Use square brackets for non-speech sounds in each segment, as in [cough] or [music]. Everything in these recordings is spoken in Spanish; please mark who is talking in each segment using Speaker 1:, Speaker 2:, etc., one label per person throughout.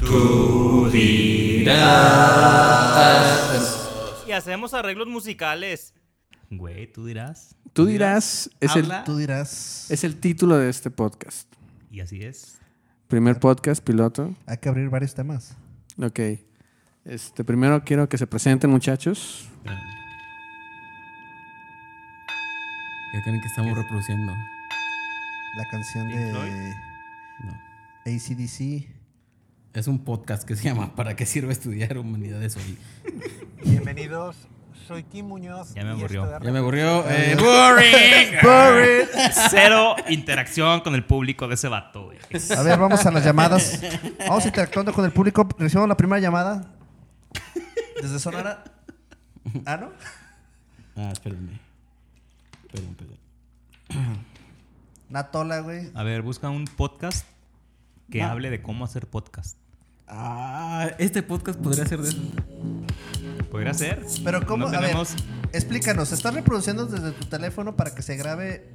Speaker 1: Tú dirás.
Speaker 2: Y hacemos arreglos musicales.
Speaker 3: Güey, tú dirás.
Speaker 4: Tú dirás, es el,
Speaker 3: Habla.
Speaker 1: Tú dirás.
Speaker 4: es el título de este podcast.
Speaker 3: Y así es.
Speaker 4: Primer podcast piloto.
Speaker 1: Hay que abrir varios temas.
Speaker 4: Ok. Este, primero quiero que se presenten, muchachos.
Speaker 5: ¿Qué creen que estamos reproduciendo?
Speaker 1: La canción
Speaker 2: Pink
Speaker 1: de
Speaker 2: Floyd.
Speaker 5: No.
Speaker 1: ACDC.
Speaker 5: Es un podcast que se llama ¿Para qué sirve estudiar humanidades hoy?
Speaker 6: Bienvenidos, soy Kim Muñoz.
Speaker 3: Ya me
Speaker 6: y
Speaker 3: aburrió.
Speaker 6: esto de
Speaker 5: Ya me aburrió. eh,
Speaker 1: [laughs]
Speaker 3: Cero interacción con el público de ese vato, güey.
Speaker 1: A ver, vamos a las llamadas. Vamos interactuando con el público. Recibimos la primera llamada. Desde Sonora. Ah, ¿no?
Speaker 5: ah, espérenme. Perdón, perdón.
Speaker 1: Natola, güey.
Speaker 3: A ver, busca un podcast que hable de cómo hacer podcast.
Speaker 5: Ah, este podcast podría ser de eso.
Speaker 3: ¿Podría ser?
Speaker 1: Pero ¿cómo?
Speaker 3: No
Speaker 1: a ver,
Speaker 3: tenemos...
Speaker 1: explícanos. ¿Estás reproduciendo desde tu teléfono para que se grabe?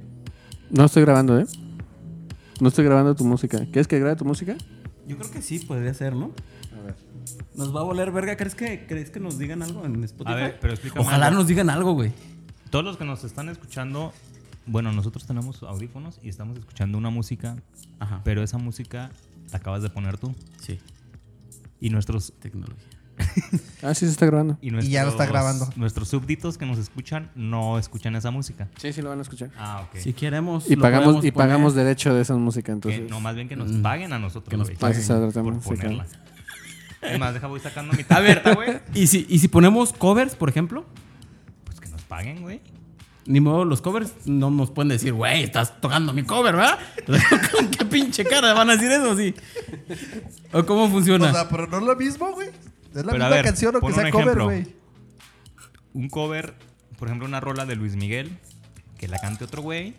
Speaker 4: No estoy grabando, ¿eh? No estoy grabando tu música. ¿Quieres que grabe tu música?
Speaker 5: Yo creo que sí, podría ser, ¿no?
Speaker 1: A ver.
Speaker 5: Nos va a voler verga. ¿Crees que, ¿crees que nos digan algo en Spotify?
Speaker 3: A ver, pero explícame.
Speaker 5: Ojalá
Speaker 3: algo.
Speaker 5: nos digan algo, güey.
Speaker 3: Todos los que nos están escuchando, bueno, nosotros tenemos audífonos y estamos escuchando una música,
Speaker 5: Ajá.
Speaker 3: pero esa música la acabas de poner tú.
Speaker 5: Sí,
Speaker 3: Y nuestros
Speaker 5: tecnología.
Speaker 4: Ah, sí se está grabando.
Speaker 3: y, nuestros,
Speaker 1: ya lo está grabando.
Speaker 3: Nuestros súbditos que nos escuchan no escuchan esa música.
Speaker 4: Sí, sí lo van a escuchar.
Speaker 3: Ah, ok.
Speaker 5: Si queremos.
Speaker 4: Y
Speaker 5: lo
Speaker 4: pagamos,
Speaker 5: podemos
Speaker 4: y pagamos
Speaker 5: poner.
Speaker 4: derecho de esa música,
Speaker 3: Que
Speaker 4: entonces.
Speaker 3: no, más bien que nos
Speaker 5: Mm.
Speaker 3: paguen a nosotros.
Speaker 5: Que nos
Speaker 3: güey,
Speaker 4: paguen. Ah, sí, sí,
Speaker 3: Por
Speaker 4: sí, sí,
Speaker 3: ponerla.
Speaker 4: claro.
Speaker 3: Es más, deja voy sacando mi tarjeta, güey.
Speaker 5: ¿Y si, y si ponemos covers, por ejemplo.
Speaker 3: Pues que nos paguen, güey.
Speaker 5: Ni modo, los covers no nos pueden decir, güey, estás tocando mi cover, ¿verdad? [laughs] ¿Con qué pinche cara van a decir eso? Sí. ¿O cómo
Speaker 1: O
Speaker 5: funciona?
Speaker 1: sea, pero no es lo mismo, güey. Es la
Speaker 3: Pero a
Speaker 1: misma
Speaker 3: ver,
Speaker 1: canción o
Speaker 3: pon
Speaker 1: que
Speaker 3: un
Speaker 1: sea cover,
Speaker 3: ejemplo.
Speaker 1: güey.
Speaker 3: Un cover, por ejemplo, una rola de Luis Miguel, que la cante otro güey.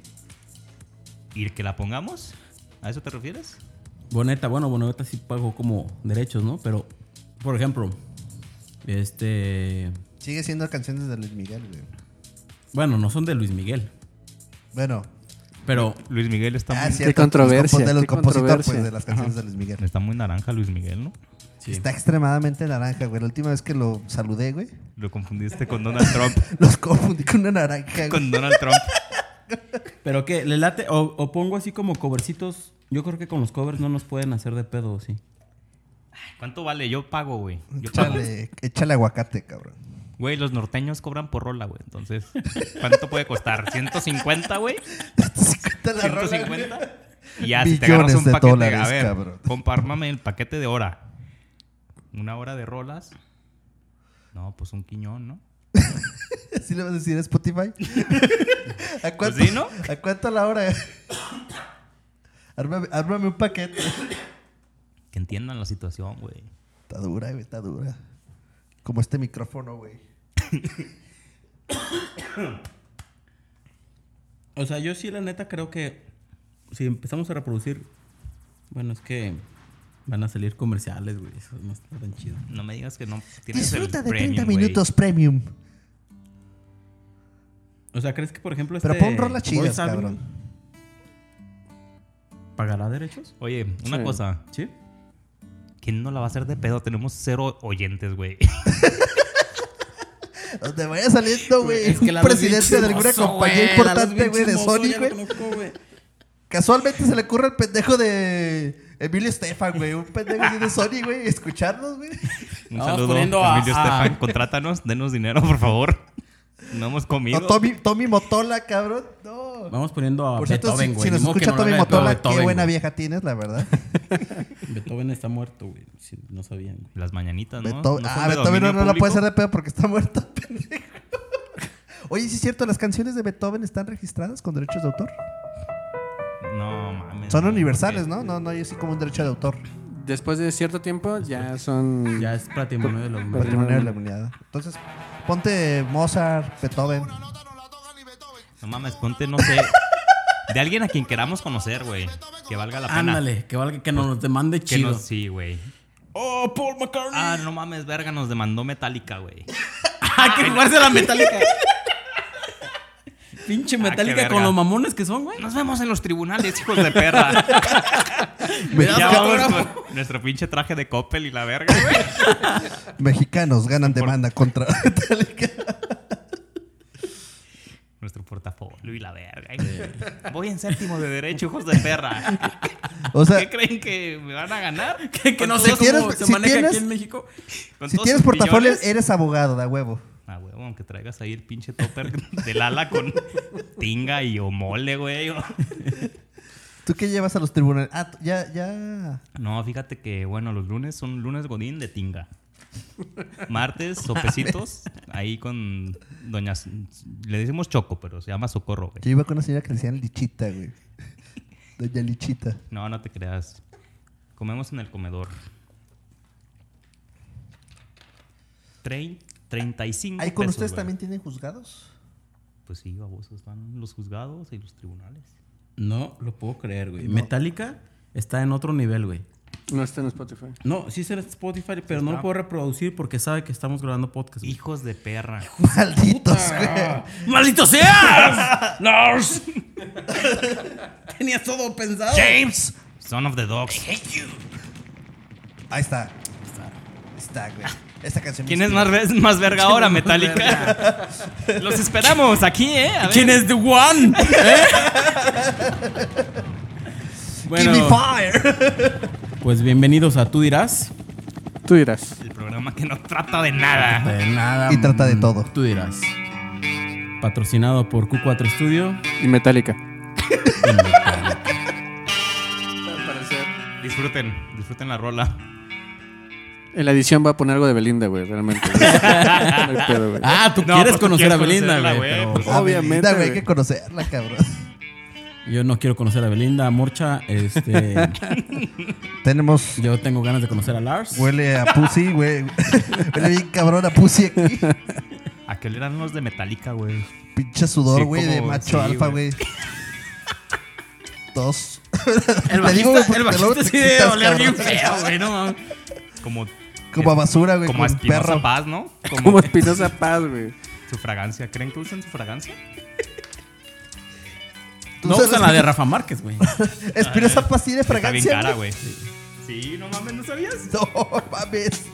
Speaker 3: Y que la pongamos. ¿A eso te refieres?
Speaker 5: Boneta, bueno, Boneta sí pago como derechos, ¿no? Pero, por ejemplo, este.
Speaker 1: Sigue siendo canciones de Luis Miguel, güey.
Speaker 5: Bueno, no son de Luis Miguel,
Speaker 1: Bueno,
Speaker 5: pero
Speaker 3: Luis Miguel está,
Speaker 1: ah,
Speaker 3: muy,
Speaker 1: cierto,
Speaker 4: controversia,
Speaker 1: los compo- De los
Speaker 4: qué
Speaker 1: compositores
Speaker 4: controversia.
Speaker 1: pues, de las canciones de Luis Miguel.
Speaker 3: está muy naranja, Luis Miguel, ¿no?
Speaker 5: sí.
Speaker 1: Está extremadamente naranja, güey. La última vez que lo saludé, güey, [laughs]
Speaker 3: Lo confundiste con Donald Trump.
Speaker 1: los confundí con una naranja, güey.
Speaker 3: con Donald Trump.
Speaker 5: Pero que le late, o, o pongo así como covercitos. Yo creo que con los covers no nos pueden hacer de pedo, sí.
Speaker 3: ¿Cuánto vale? Yo pago, güey. Yo pago.
Speaker 1: Échale, échale aguacate, cabrón. [laughs]
Speaker 3: Güey, los norteños cobran por rola, güey. Entonces, ¿cuánto puede costar? ¿150, güey?
Speaker 1: 50 la rola, güey.
Speaker 3: ¿150? Y ya, si te agarras
Speaker 1: Billones
Speaker 3: un
Speaker 1: de
Speaker 3: paquete,
Speaker 1: dólares,
Speaker 3: a ver,
Speaker 1: cabrón.
Speaker 3: compármame el paquete de hora. Una hora de rolas. No, pues un quiñón, ¿no?
Speaker 1: ¿Sí le vas a decir a
Speaker 3: [laughs]
Speaker 1: Spotify? ¿A cuánto,
Speaker 3: Pues sí, ¿no?
Speaker 1: ¿A cuánto la hora? [coughs] ármame, ármame un paquete.
Speaker 3: Que entiendan la situación, güey.
Speaker 1: Está dura, güey, está dura. Como este micrófono, güey.
Speaker 5: O sea, yo sí, la neta, creo que si empezamos a reproducir. Bueno, es que van a salir comerciales, güey. Eso no está tan chido.
Speaker 3: No me digas que no tienes
Speaker 1: Disfruta
Speaker 3: el
Speaker 1: de
Speaker 3: premium,
Speaker 1: 30
Speaker 3: güey.
Speaker 1: minutos premium.
Speaker 5: O sea, ¿crees que, por ejemplo, este.
Speaker 1: Pero pon rolas chidas,
Speaker 5: Boyz Avenue
Speaker 1: cabrón.
Speaker 5: ¿Pagará derechos?
Speaker 3: Oye, una
Speaker 4: Sí.
Speaker 3: cosa.
Speaker 5: Sí.
Speaker 3: ¿Quién no la va a hacer de pedo? Tenemos cero oyentes, güey.
Speaker 1: Donde vaya saliendo, güey,
Speaker 5: Es
Speaker 1: un
Speaker 5: la luz bien
Speaker 1: presidente de alguna
Speaker 5: chismoso,
Speaker 1: compañía
Speaker 5: güey, la luz
Speaker 1: importante,
Speaker 5: bien
Speaker 1: güey, de
Speaker 5: chismoso,
Speaker 1: Sony,
Speaker 5: ya lo
Speaker 1: güey.
Speaker 5: conozco, güey.
Speaker 1: Casualmente se le ocurre el pendejo de Emilio Estefan, güey. Un pendejo así de Sony, güey. Escucharnos, güey.
Speaker 3: Un
Speaker 5: Vamos
Speaker 3: saludo,
Speaker 5: poniendo a-
Speaker 3: Emilio
Speaker 5: a-
Speaker 3: Estefan. Contrátanos, denos dinero, por favor. No hemos comido.
Speaker 1: O Tommy, Tommy Motola, cabrón. No.
Speaker 5: Vamos poniendo a
Speaker 1: Por cierto, si,
Speaker 5: Beethoven, güey.
Speaker 1: si
Speaker 5: Ni
Speaker 1: nos
Speaker 5: modo que
Speaker 1: escucha
Speaker 5: no le
Speaker 1: Tommy
Speaker 5: haga de pedo a
Speaker 1: Motola, qué
Speaker 5: Beethoven,
Speaker 1: buena
Speaker 5: güey.
Speaker 1: vieja tienes, la verdad.
Speaker 5: Beethoven está muerto, güey. Si no sabían, güey.
Speaker 3: Las mañanitas, ¿no?
Speaker 1: Beethoven-
Speaker 3: ¿No son
Speaker 1: ah,
Speaker 3: de
Speaker 1: Beethoven no,
Speaker 3: dominio
Speaker 1: no la puede
Speaker 3: público?
Speaker 1: hacer de pedo porque está muerto, [laughs] pendejo. Oye, sí es cierto, las canciones de Beethoven están registradas con derechos de autor.
Speaker 3: No, mames.
Speaker 5: Mm,
Speaker 1: Son
Speaker 3: no,
Speaker 1: universales,
Speaker 3: porque-
Speaker 1: ¿no? No, no hay así como un derecho de autor.
Speaker 4: Después de cierto tiempo ya son...
Speaker 5: Ya es patrimonio de los
Speaker 4: Patrimonio.
Speaker 1: Patrimonio de la humanidad. Entonces, ponte Mozart, Beethoven.
Speaker 3: No mames, ponte, no sé. De alguien a quien queramos conocer, güey. Que valga la pena.
Speaker 5: Ándale, que valga que nos demande
Speaker 3: Que
Speaker 5: chido.
Speaker 3: no, sí, güey.
Speaker 5: Oh, Paul McCartney.
Speaker 3: Ah, no mames, verga, nos demandó Metallica, güey.
Speaker 5: [laughs] Ah, que jugarse la metálica. [laughs] Ah, Pinche metálica
Speaker 3: verga.
Speaker 5: con los mamones que son, güey.
Speaker 3: Nos vemos en los tribunales, hijos de perra. Pues
Speaker 5: Me
Speaker 3: ya
Speaker 5: das
Speaker 3: vamos
Speaker 5: autógrafo.
Speaker 3: con, Nuestro pinche traje de Coppel y la verga, güey.
Speaker 1: Mexicanos ganan
Speaker 3: [laughs]
Speaker 1: demanda contra
Speaker 3: Nuestro portafolio y la verga. Voy en séptimo de derecho, hijos de perra.
Speaker 1: O sea,
Speaker 3: ¿Qué creen que me van a ganar?
Speaker 5: Que, que no
Speaker 1: Si
Speaker 5: sé cómo
Speaker 1: quieres-
Speaker 5: se
Speaker 1: si
Speaker 5: maneja
Speaker 1: tienes-
Speaker 5: aquí en México.
Speaker 3: ¿Con
Speaker 1: si
Speaker 3: todos
Speaker 1: tienes eh.
Speaker 3: sus
Speaker 1: portafolio,
Speaker 3: millones?
Speaker 1: eres abogado, da huevo.
Speaker 3: Ah, huevo, aunque traigas ahí el pinche topper del ala con tinga y o mole, güey. o-
Speaker 1: ¿Tú qué llevas a los tribunales? Ah, tú- ya, ya.
Speaker 3: No, fíjate que, bueno, los lunes son lunes godín de tinga. Martes,
Speaker 1: [laughs]
Speaker 3: sopecitos, ahí con doña... S- Le decimos Choco, pero se llama Socorro, güey.
Speaker 1: Yo iba con una señora que le decían Lichita,
Speaker 3: [laughs]
Speaker 1: güey. Doña Lichita.
Speaker 3: No, no te creas. Comemos en el comedor. Trein- 35
Speaker 1: ¿Ahí con
Speaker 3: pesos,
Speaker 1: ustedes
Speaker 3: güey.
Speaker 1: también tienen juzgados?
Speaker 3: Pues sí, babosos, van los juzgados y los tribunales.
Speaker 5: No lo puedo creer, güey. Metallica está en otro nivel, güey.
Speaker 4: No está en Spotify.
Speaker 5: No, sí está en Spotify, pero no lo puedo reproducir porque sabe que estamos grabando podcast. güey.
Speaker 3: Hijos de perra.
Speaker 1: Malditos, güey.
Speaker 5: ¡Maldito seas! ¡Lars! Tenías todo pensado.
Speaker 3: James, son of the dogs.
Speaker 1: Ahí está. Está, güey. Esta canción.
Speaker 3: ¿Quién es más, ve- más verga ahora, Metallica? Los esperamos aquí, ¿eh? A ver.
Speaker 5: ¿Quién es The One? ¿Eh?
Speaker 1: Give me fire.
Speaker 5: pues bienvenidos a Tú Dirás.
Speaker 4: Tú dirás.
Speaker 3: El programa que no trata de nada.
Speaker 5: De nada.
Speaker 1: Y trata de todo.
Speaker 5: Tú Dirás. Patrocinado por Q4 Studio.
Speaker 4: Y Metallica.
Speaker 3: Disfruten, disfruten la rola.
Speaker 4: En la edición va a poner algo de Belinda, güey, realmente. [laughs] No hay pedo, güey.
Speaker 5: Ah, tú
Speaker 3: No,
Speaker 5: quieres
Speaker 3: pues, tú
Speaker 5: conocer
Speaker 3: quieres
Speaker 5: a Belinda,
Speaker 3: conocerla,
Speaker 5: güey.
Speaker 3: güey,
Speaker 5: pero
Speaker 3: pues.
Speaker 4: Obviamente,
Speaker 1: Belinda, güey. Hay
Speaker 4: güey.
Speaker 1: que conocerla, cabrón.
Speaker 5: Yo no quiero conocer a Belinda, Morcha. Este,
Speaker 1: Tenemos.
Speaker 5: yo tengo ganas de conocer a Lars.
Speaker 1: Huele a pussy,
Speaker 3: [laughs]
Speaker 1: güey. Huele bien cabrón a pussy aquí.
Speaker 3: Aquel eran los de Metallica, güey.
Speaker 1: Pinche sudor,
Speaker 3: Sí,
Speaker 1: güey, de
Speaker 3: como-
Speaker 1: macho
Speaker 3: sí,
Speaker 1: alfa,
Speaker 3: güey.
Speaker 1: güey.
Speaker 3: [laughs]
Speaker 1: Dos.
Speaker 5: El
Speaker 1: Te digo,
Speaker 5: bajista,
Speaker 1: güey, porque
Speaker 5: el bajista
Speaker 1: luego te
Speaker 5: sí debe
Speaker 1: quitas,
Speaker 5: oler bien
Speaker 1: cabrón.
Speaker 5: feo, güey, no mames.
Speaker 3: Como,
Speaker 1: Como a basura, güey.
Speaker 3: como a
Speaker 1: Como, un
Speaker 3: Espinosa
Speaker 1: perro.
Speaker 3: Paz, ¿no? Como,
Speaker 4: Como Espinosa Paz, güey.
Speaker 3: su fragancia. ¿Creen que usan su fragancia?
Speaker 1: Tú
Speaker 5: No
Speaker 1: sabes
Speaker 5: usan la de Rafa Márquez, güey.
Speaker 1: que Espinosa Paz tiene
Speaker 3: eh, Está bien
Speaker 1: fragancia.
Speaker 3: cara, güey. Sí, no mames, ¿no sabías?
Speaker 1: [laughs] No mames.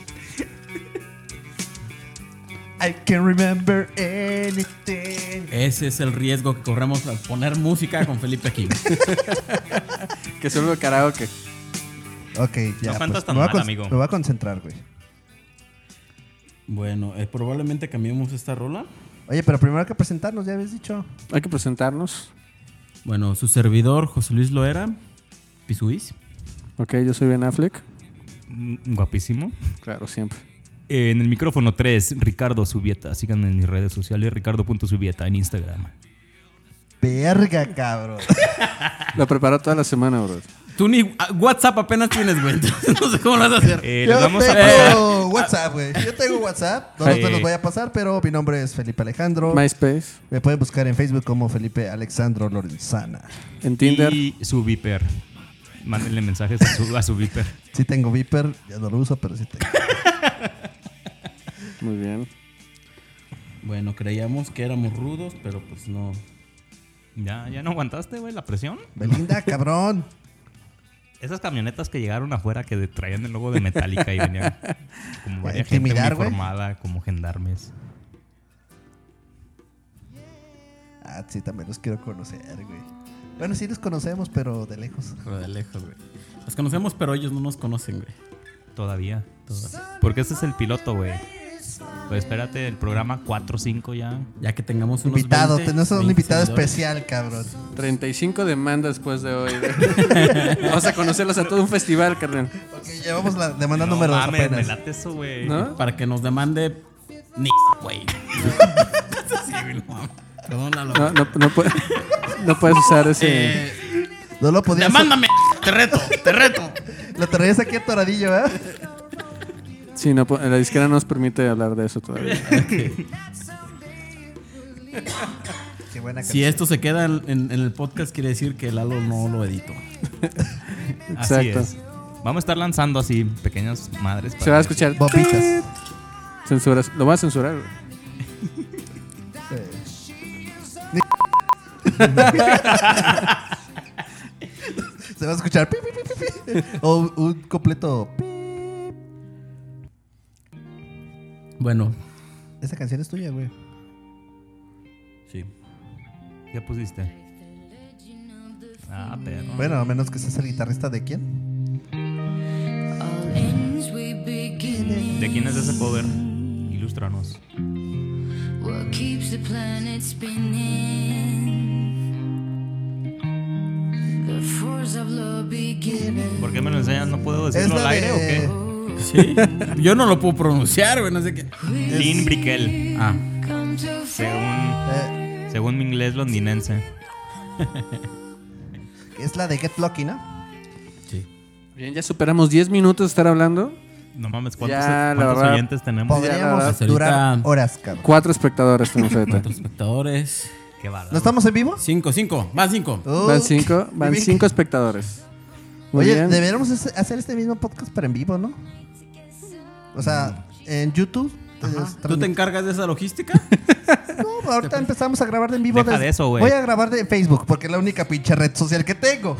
Speaker 1: I can remember anything.
Speaker 5: Ese es el riesgo que corremos al poner música con Felipe aquí. güey.
Speaker 4: Que solo karaoke.
Speaker 1: Ok, ya. pues,
Speaker 3: No cantas tan
Speaker 1: me voy a
Speaker 3: mal,
Speaker 1: con-
Speaker 3: amigo.
Speaker 1: Me voy a concentrar, güey.
Speaker 5: Bueno, eh, probablemente cambiemos esta rola.
Speaker 1: Oye, pero primero hay que presentarnos, ya habías dicho.
Speaker 4: Hay que presentarnos.
Speaker 5: Bueno, su servidor, José Luis Loera, Pisuis.
Speaker 4: Ok, yo soy Ben Affleck.
Speaker 3: Mm, Guapísimo.
Speaker 4: Claro, siempre.
Speaker 3: En el micrófono 3, Ricardo Subieta. Síganme en mis redes sociales, ricardo.subieta en Instagram.
Speaker 1: Verga, cabrón.
Speaker 4: Lo preparo toda la semana, bro.
Speaker 5: Tú ni ah, WhatsApp apenas tienes, güey. Entonces no sé cómo lo vas a hacer.
Speaker 3: Eh, les
Speaker 1: Yo
Speaker 3: vamos a pasar.
Speaker 1: tengo [laughs] WhatsApp, güey. Yo
Speaker 3: [laughs]
Speaker 1: tengo WhatsApp. No
Speaker 3: Sí.
Speaker 1: te los voy a pasar, pero mi nombre es Felipe
Speaker 4: [laughs]
Speaker 1: Alejandro.
Speaker 4: MySpace,
Speaker 1: Me pueden buscar en Facebook como Felipe Alexandro Lorenzana.
Speaker 4: en Tinder.
Speaker 3: Y su viper. Mándenle mensajes a su, a su viper.
Speaker 1: Sí tengo Viper, ya no lo uso, pero
Speaker 3: [laughs]
Speaker 1: sí tengo.
Speaker 4: Muy bien.
Speaker 5: [laughs] Bueno, creíamos que éramos rudos, pero pues no.
Speaker 3: ¿Ya, ¿Ya no aguantaste, güey, la presión?
Speaker 1: Belinda, cabrón.
Speaker 3: Esas camionetas que llegaron afuera que de- traían el logo de Metallica y venían como
Speaker 1: Para
Speaker 3: varias gente
Speaker 1: intimidar, güey.
Speaker 3: uniformada, como gendarmes.
Speaker 1: Ah, sí, también los quiero conocer, güey. Bueno, sí los conocemos, pero de lejos.
Speaker 5: Pero de lejos, güey. Los conocemos, pero ellos no nos conocen, güey.
Speaker 3: Todavía. todavía. Porque este es el piloto, güey. Pues espérate, el programa 4-5 ya.
Speaker 5: Ya que tengamos unos
Speaker 1: Invitado,
Speaker 5: 20,
Speaker 1: tenemos un
Speaker 5: 20
Speaker 1: invitado
Speaker 5: seguidores.
Speaker 1: especial, cabrón.
Speaker 4: 35 demandas después de hoy. [laughs] güey. Vamos a conocerlos a todo un festival, carnal.
Speaker 1: Ok, llevamos la demanda
Speaker 3: No
Speaker 1: número dos
Speaker 3: mames, me
Speaker 1: apenas.
Speaker 3: late eso, güey.
Speaker 4: ¿No?
Speaker 5: Para que nos demande Nix, [laughs] güey. Sí, güey, no mames. Perdónalo.
Speaker 4: No, no, no, puede- no puedes usar ese.
Speaker 5: Eh,
Speaker 1: No lo podías.
Speaker 5: demándame, te reto, te reto.
Speaker 1: Lo traías aquí atoradillo, ¿eh?
Speaker 4: Sí, no, po- la disquera no nos permite hablar de eso todavía. [laughs]
Speaker 1: Qué buena
Speaker 5: Si esto se queda en, en- en el podcast, quiere decir que Lalo no lo edito.
Speaker 3: Así
Speaker 4: Exacto.
Speaker 3: es. Vamos a estar lanzando así pequeñas madres.
Speaker 4: Se va a
Speaker 3: para-
Speaker 4: escuchar.
Speaker 1: Bombitas.
Speaker 4: Censuras. Lo voy a censurar, güey.
Speaker 1: Se va a escuchar. pi, pi, pi, pi, pi. o un completo. pi.
Speaker 5: Bueno,
Speaker 1: Esa canción es tuya, güey.
Speaker 5: sí.
Speaker 3: ¿Qué pusiste? Ah, perro.
Speaker 1: Bueno, a menos que seas el guitarrista de quién.
Speaker 7: Ends we begin
Speaker 3: ¿De quién es ese cover? Ilústranos.
Speaker 7: What keeps the planet spinning? The force of love beginning.
Speaker 3: ¿Por qué me lo enseñas? ¿No puedo decirlo
Speaker 1: Es
Speaker 3: al
Speaker 1: la
Speaker 3: aire
Speaker 1: de-
Speaker 3: o
Speaker 5: Sí. [laughs] Yo no lo puedo pronunciar, güey, no sé qué.
Speaker 3: qué? Lynn Brickell.
Speaker 5: Ah,
Speaker 7: Come to
Speaker 3: Según,
Speaker 1: Eh,
Speaker 3: según mi inglés londinense.
Speaker 1: es la de Get Lucky, ¿no?
Speaker 5: sí.
Speaker 4: Bien, ya superamos 10 minutos de estar hablando.
Speaker 3: No mames, ¿cuántos,
Speaker 4: Ya, la
Speaker 3: cuántos
Speaker 4: verdad.
Speaker 3: oyentes tenemos?
Speaker 4: verdad,
Speaker 1: Podríamos
Speaker 5: pues
Speaker 1: durar
Speaker 5: ahorita-
Speaker 1: horas, cabrón.
Speaker 4: Cuatro espectadores tenemos [laughs] ahorita.
Speaker 5: Los espectadores.
Speaker 3: Qué bárbaro.
Speaker 1: ¿No estamos en vivo?
Speaker 5: Cinco, cinco. Van cinco.
Speaker 1: Uh,
Speaker 4: Van cinco, van
Speaker 1: Vivi.
Speaker 4: cinco espectadores. Muy
Speaker 1: Oye,
Speaker 4: bien.
Speaker 1: deberíamos hace- hacer este mismo podcast para en vivo, ¿no? O sea, en YouTube. es
Speaker 5: ¿Tú te
Speaker 1: transmit-
Speaker 5: encargas de esa logística?
Speaker 1: No, ahorita empezamos a grabar de en vivo.
Speaker 3: Deja de eso, güey.
Speaker 1: Voy a grabar de Facebook porque es la única pinche red social
Speaker 3: [laughs]
Speaker 1: que tengo.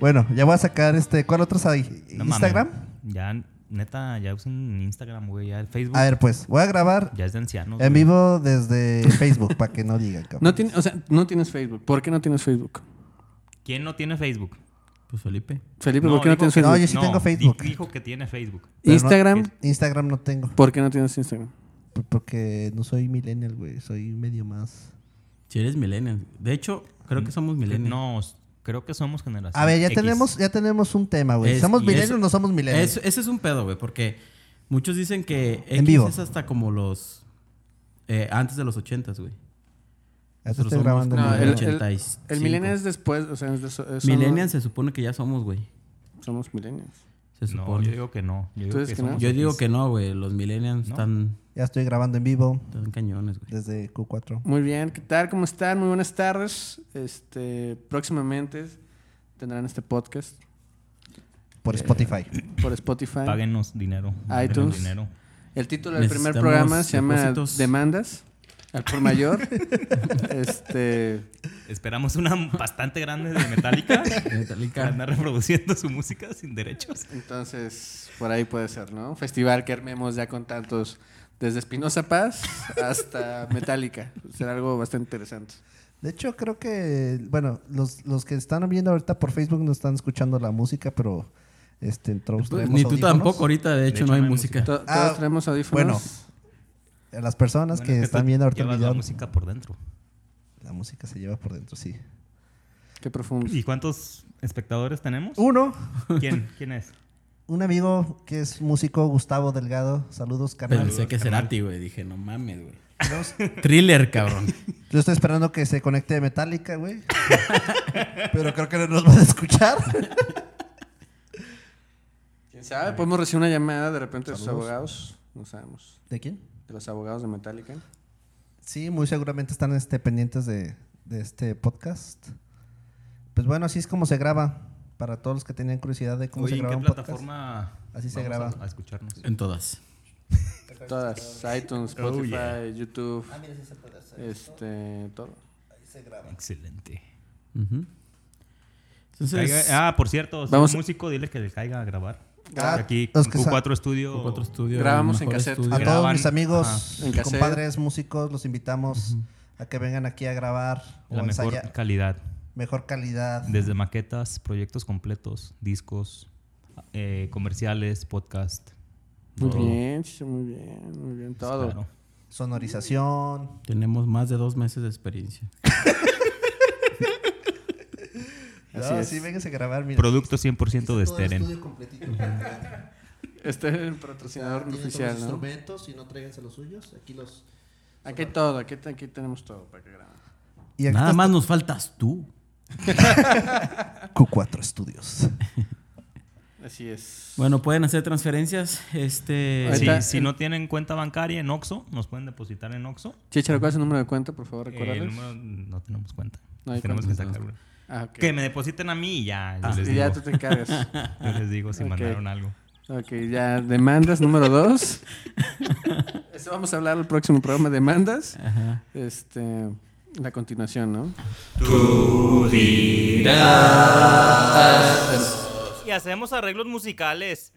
Speaker 1: bueno, ya voy a sacar este. ¿Cuál otros hay?
Speaker 3: No mames.
Speaker 1: ¿Instagram?
Speaker 3: Ya, neta, ya usan Instagram, güey. Ya el Facebook.
Speaker 1: A ver, pues, voy a grabar
Speaker 3: Ya es de ancianos.
Speaker 1: en
Speaker 3: güey.
Speaker 1: vivo desde
Speaker 5: [laughs]
Speaker 1: Facebook para que no digan, cabrón.
Speaker 4: No, tiene, o sea, no tienes Facebook. ¿Por qué no tienes Facebook?
Speaker 3: ¿Quién no tiene Facebook?
Speaker 5: [laughs] Pues Felipe.
Speaker 4: Felipe, ¿por qué no
Speaker 3: dijo
Speaker 4: tienes
Speaker 3: que-
Speaker 4: Facebook?
Speaker 1: No, yo sí tengo
Speaker 3: di-
Speaker 1: Facebook.
Speaker 3: Dijo que tiene Facebook.
Speaker 1: Pero no-
Speaker 4: Instagram,
Speaker 1: Instagram no tengo.
Speaker 4: ¿por qué no tienes Instagram?
Speaker 1: p- Porque no soy millennial, güey. Soy medio más.
Speaker 5: Pues Si eres millennial. De hecho, creo que somos millennial.
Speaker 3: No, s- creo que somos generación.
Speaker 1: A ver, ya
Speaker 3: X.
Speaker 1: tenemos, ya tenemos un tema, güey.
Speaker 5: Es-
Speaker 1: ¿Somos
Speaker 5: y
Speaker 1: millennials
Speaker 5: eso-
Speaker 1: o no somos millennials?
Speaker 5: Eso- ese es un pedo, güey, porque muchos dicen que X
Speaker 1: En vivo.
Speaker 5: es hasta como los... eh, antes de los ochentas, güey.
Speaker 1: Ya te
Speaker 5: Nosotros
Speaker 1: estoy
Speaker 5: somos
Speaker 1: grabando.
Speaker 5: como
Speaker 4: No,
Speaker 1: güey.
Speaker 4: el, el,
Speaker 5: 85.
Speaker 4: el milenio es después. O sea, es de- son-
Speaker 5: Millennial se supone que ya somos, güey.
Speaker 4: Somos millennials.
Speaker 5: Se
Speaker 3: No,
Speaker 5: supone.
Speaker 3: yo
Speaker 5: yo,
Speaker 3: digo que no. Yo
Speaker 4: ¿Tú
Speaker 3: digo
Speaker 4: dices
Speaker 3: que,
Speaker 4: que no?
Speaker 3: somos
Speaker 5: digo
Speaker 3: X.
Speaker 5: que no, güey. Los millennials están,
Speaker 1: Ya estoy grabando en vivo
Speaker 5: están cañones, güey.
Speaker 1: desde Q4.
Speaker 4: Muy bien, ¿qué tal? ¿Cómo están? Muy buenas tardes. Este, próximamente tendrán este podcast
Speaker 1: Por
Speaker 5: Eh,
Speaker 1: Spotify.
Speaker 4: por Spotify.
Speaker 3: Páguenos dinero.
Speaker 4: iTunes.
Speaker 3: Páguenos dinero.
Speaker 4: El título del primer
Speaker 5: Necesitamos
Speaker 4: programa se llama
Speaker 5: depósitos.
Speaker 4: Demandas al por mayor. este,
Speaker 3: Esperamos una [laughs] bastante grande de Metallica. que
Speaker 5: Metallica.
Speaker 3: anda reproduciendo su música sin derechos.
Speaker 4: entonces, por ahí puede ser, ¿no? Un festival que armemos ya con tantos, desde Espinosa Paz hasta Metallica. Será algo bastante interesante.
Speaker 1: De hecho, creo que, bueno, los, los que están viendo ahorita por Facebook no están escuchando la música, pero este, entramos,
Speaker 5: Pues,
Speaker 1: traemos
Speaker 5: ni tú
Speaker 1: audífonos.
Speaker 5: tampoco ahorita, de hecho, no, hay música.
Speaker 4: To-
Speaker 1: Ah,
Speaker 4: todos tenemos audífonos.
Speaker 1: bueno. A las personas
Speaker 3: Bueno,
Speaker 1: que
Speaker 3: es
Speaker 1: están
Speaker 3: tú
Speaker 1: viendo ahorita el
Speaker 3: llevas
Speaker 1: video,
Speaker 3: la música por dentro.
Speaker 1: la música se lleva por dentro, sí.
Speaker 4: Qué profundo.
Speaker 3: ¿Y cuántos espectadores tenemos?
Speaker 1: Uno,
Speaker 3: ¿Quién? ¿Quién es?
Speaker 1: un amigo que es músico, Gustavo Delgado. Saludos, carnal.
Speaker 5: Pensé que será ti, güey. Dije, no mames, güey.
Speaker 1: Saludos.
Speaker 5: [laughs] Thriller, cabrón.
Speaker 1: Yo estoy esperando que se conecte de Metallica, güey. [laughs] Pero creo que no nos van a escuchar.
Speaker 4: ¿Quién sabe? Podemos recibir una llamada de repente de sus abogados. No sabemos.
Speaker 1: ¿De quién?
Speaker 4: De los abogados de Metallica.
Speaker 1: Sí, muy seguramente están este, pendientes de, de este podcast. Pues bueno, así es como se graba. Para todos los que tenían curiosidad de cómo
Speaker 3: Oye,
Speaker 1: se
Speaker 3: ¿en
Speaker 1: graba
Speaker 3: qué
Speaker 1: un
Speaker 3: plataforma?
Speaker 1: Así
Speaker 3: vamos
Speaker 1: se
Speaker 3: a-
Speaker 1: graba.
Speaker 3: A, escucharnos.
Speaker 5: En todas.
Speaker 4: Todas. iTunes, Spotify, YouTube.
Speaker 1: Ah,
Speaker 4: Este, todo.
Speaker 3: Excelente.
Speaker 5: Ujú. Entonces,
Speaker 3: Caiga- ah, por cierto, si
Speaker 4: Vamos-
Speaker 3: es músico, dile que le caiga a grabar.
Speaker 1: Ah,
Speaker 3: Aquí,
Speaker 1: los
Speaker 3: en
Speaker 1: que sa-
Speaker 3: Q4 Studio.
Speaker 5: cuatro estudios.
Speaker 4: Grabamos en
Speaker 5: mejor
Speaker 4: cassette.
Speaker 1: podcast. A
Speaker 5: estudio.
Speaker 1: todos
Speaker 3: Graban,
Speaker 1: mis amigos,
Speaker 4: ajá, en cassette.
Speaker 1: compadres, músicos, los invitamos a que vengan aquí a grabar o
Speaker 3: La
Speaker 1: a Ah.
Speaker 3: mejor
Speaker 1: ensayar.
Speaker 3: calidad.
Speaker 1: Mejor calidad.
Speaker 3: Desde maquetas, proyectos completos, discos, eh, comerciales, podcast.
Speaker 4: Muy
Speaker 3: todo.
Speaker 4: bien, Chicho, muy bien, muy bien. Todo.
Speaker 3: Claro.
Speaker 1: Sonorización.
Speaker 5: Tenemos más de dos meses de experiencia.
Speaker 4: Así
Speaker 1: No,
Speaker 4: es.
Speaker 1: sí, vénganse a grabar. Mira.
Speaker 3: Producto 100% de
Speaker 1: Todo el
Speaker 3: Steren.
Speaker 1: estudio completito. Tienen
Speaker 4: Este es el patrocinador
Speaker 1: Ah, todos los
Speaker 4: oficial, ¿no?
Speaker 1: instrumentos y no tráiganse los suyos. Aquí los...
Speaker 4: Aquí hay todo, aquí, aquí tenemos todo para que graben.
Speaker 1: Y aquí
Speaker 5: Nada
Speaker 1: está
Speaker 5: más nos faltas tú.
Speaker 1: Q4 Studios.
Speaker 4: Así es.
Speaker 5: Bueno, pueden hacer transferencias. Este.
Speaker 4: Ahí está.
Speaker 3: Si, si no tienen cuenta bancaria en Oxxo, nos pueden depositar en Oxxo.
Speaker 4: Chicharo, ¿cuál es el número de cuenta, por favor?
Speaker 3: Eh,
Speaker 4: Recuérdales.
Speaker 3: el número- no tenemos cuenta.
Speaker 4: No hay
Speaker 3: tenemos
Speaker 4: cuenta.
Speaker 3: que sacar una.
Speaker 4: Ah, ok. Ah,
Speaker 3: Que me depositen a mí y ya. Yo, les,
Speaker 4: Y ya
Speaker 3: digo,
Speaker 4: tú te encargas.
Speaker 3: [laughs] yo les digo si
Speaker 4: Ok.
Speaker 3: mandaron algo.
Speaker 4: ok, ya. Demandas número
Speaker 3: [laughs]
Speaker 4: dos. Eso vamos a hablar el próximo programa. Demandas.
Speaker 5: Ajá.
Speaker 4: Este. La continuación, ¿no?
Speaker 2: Y hacemos arreglos musicales.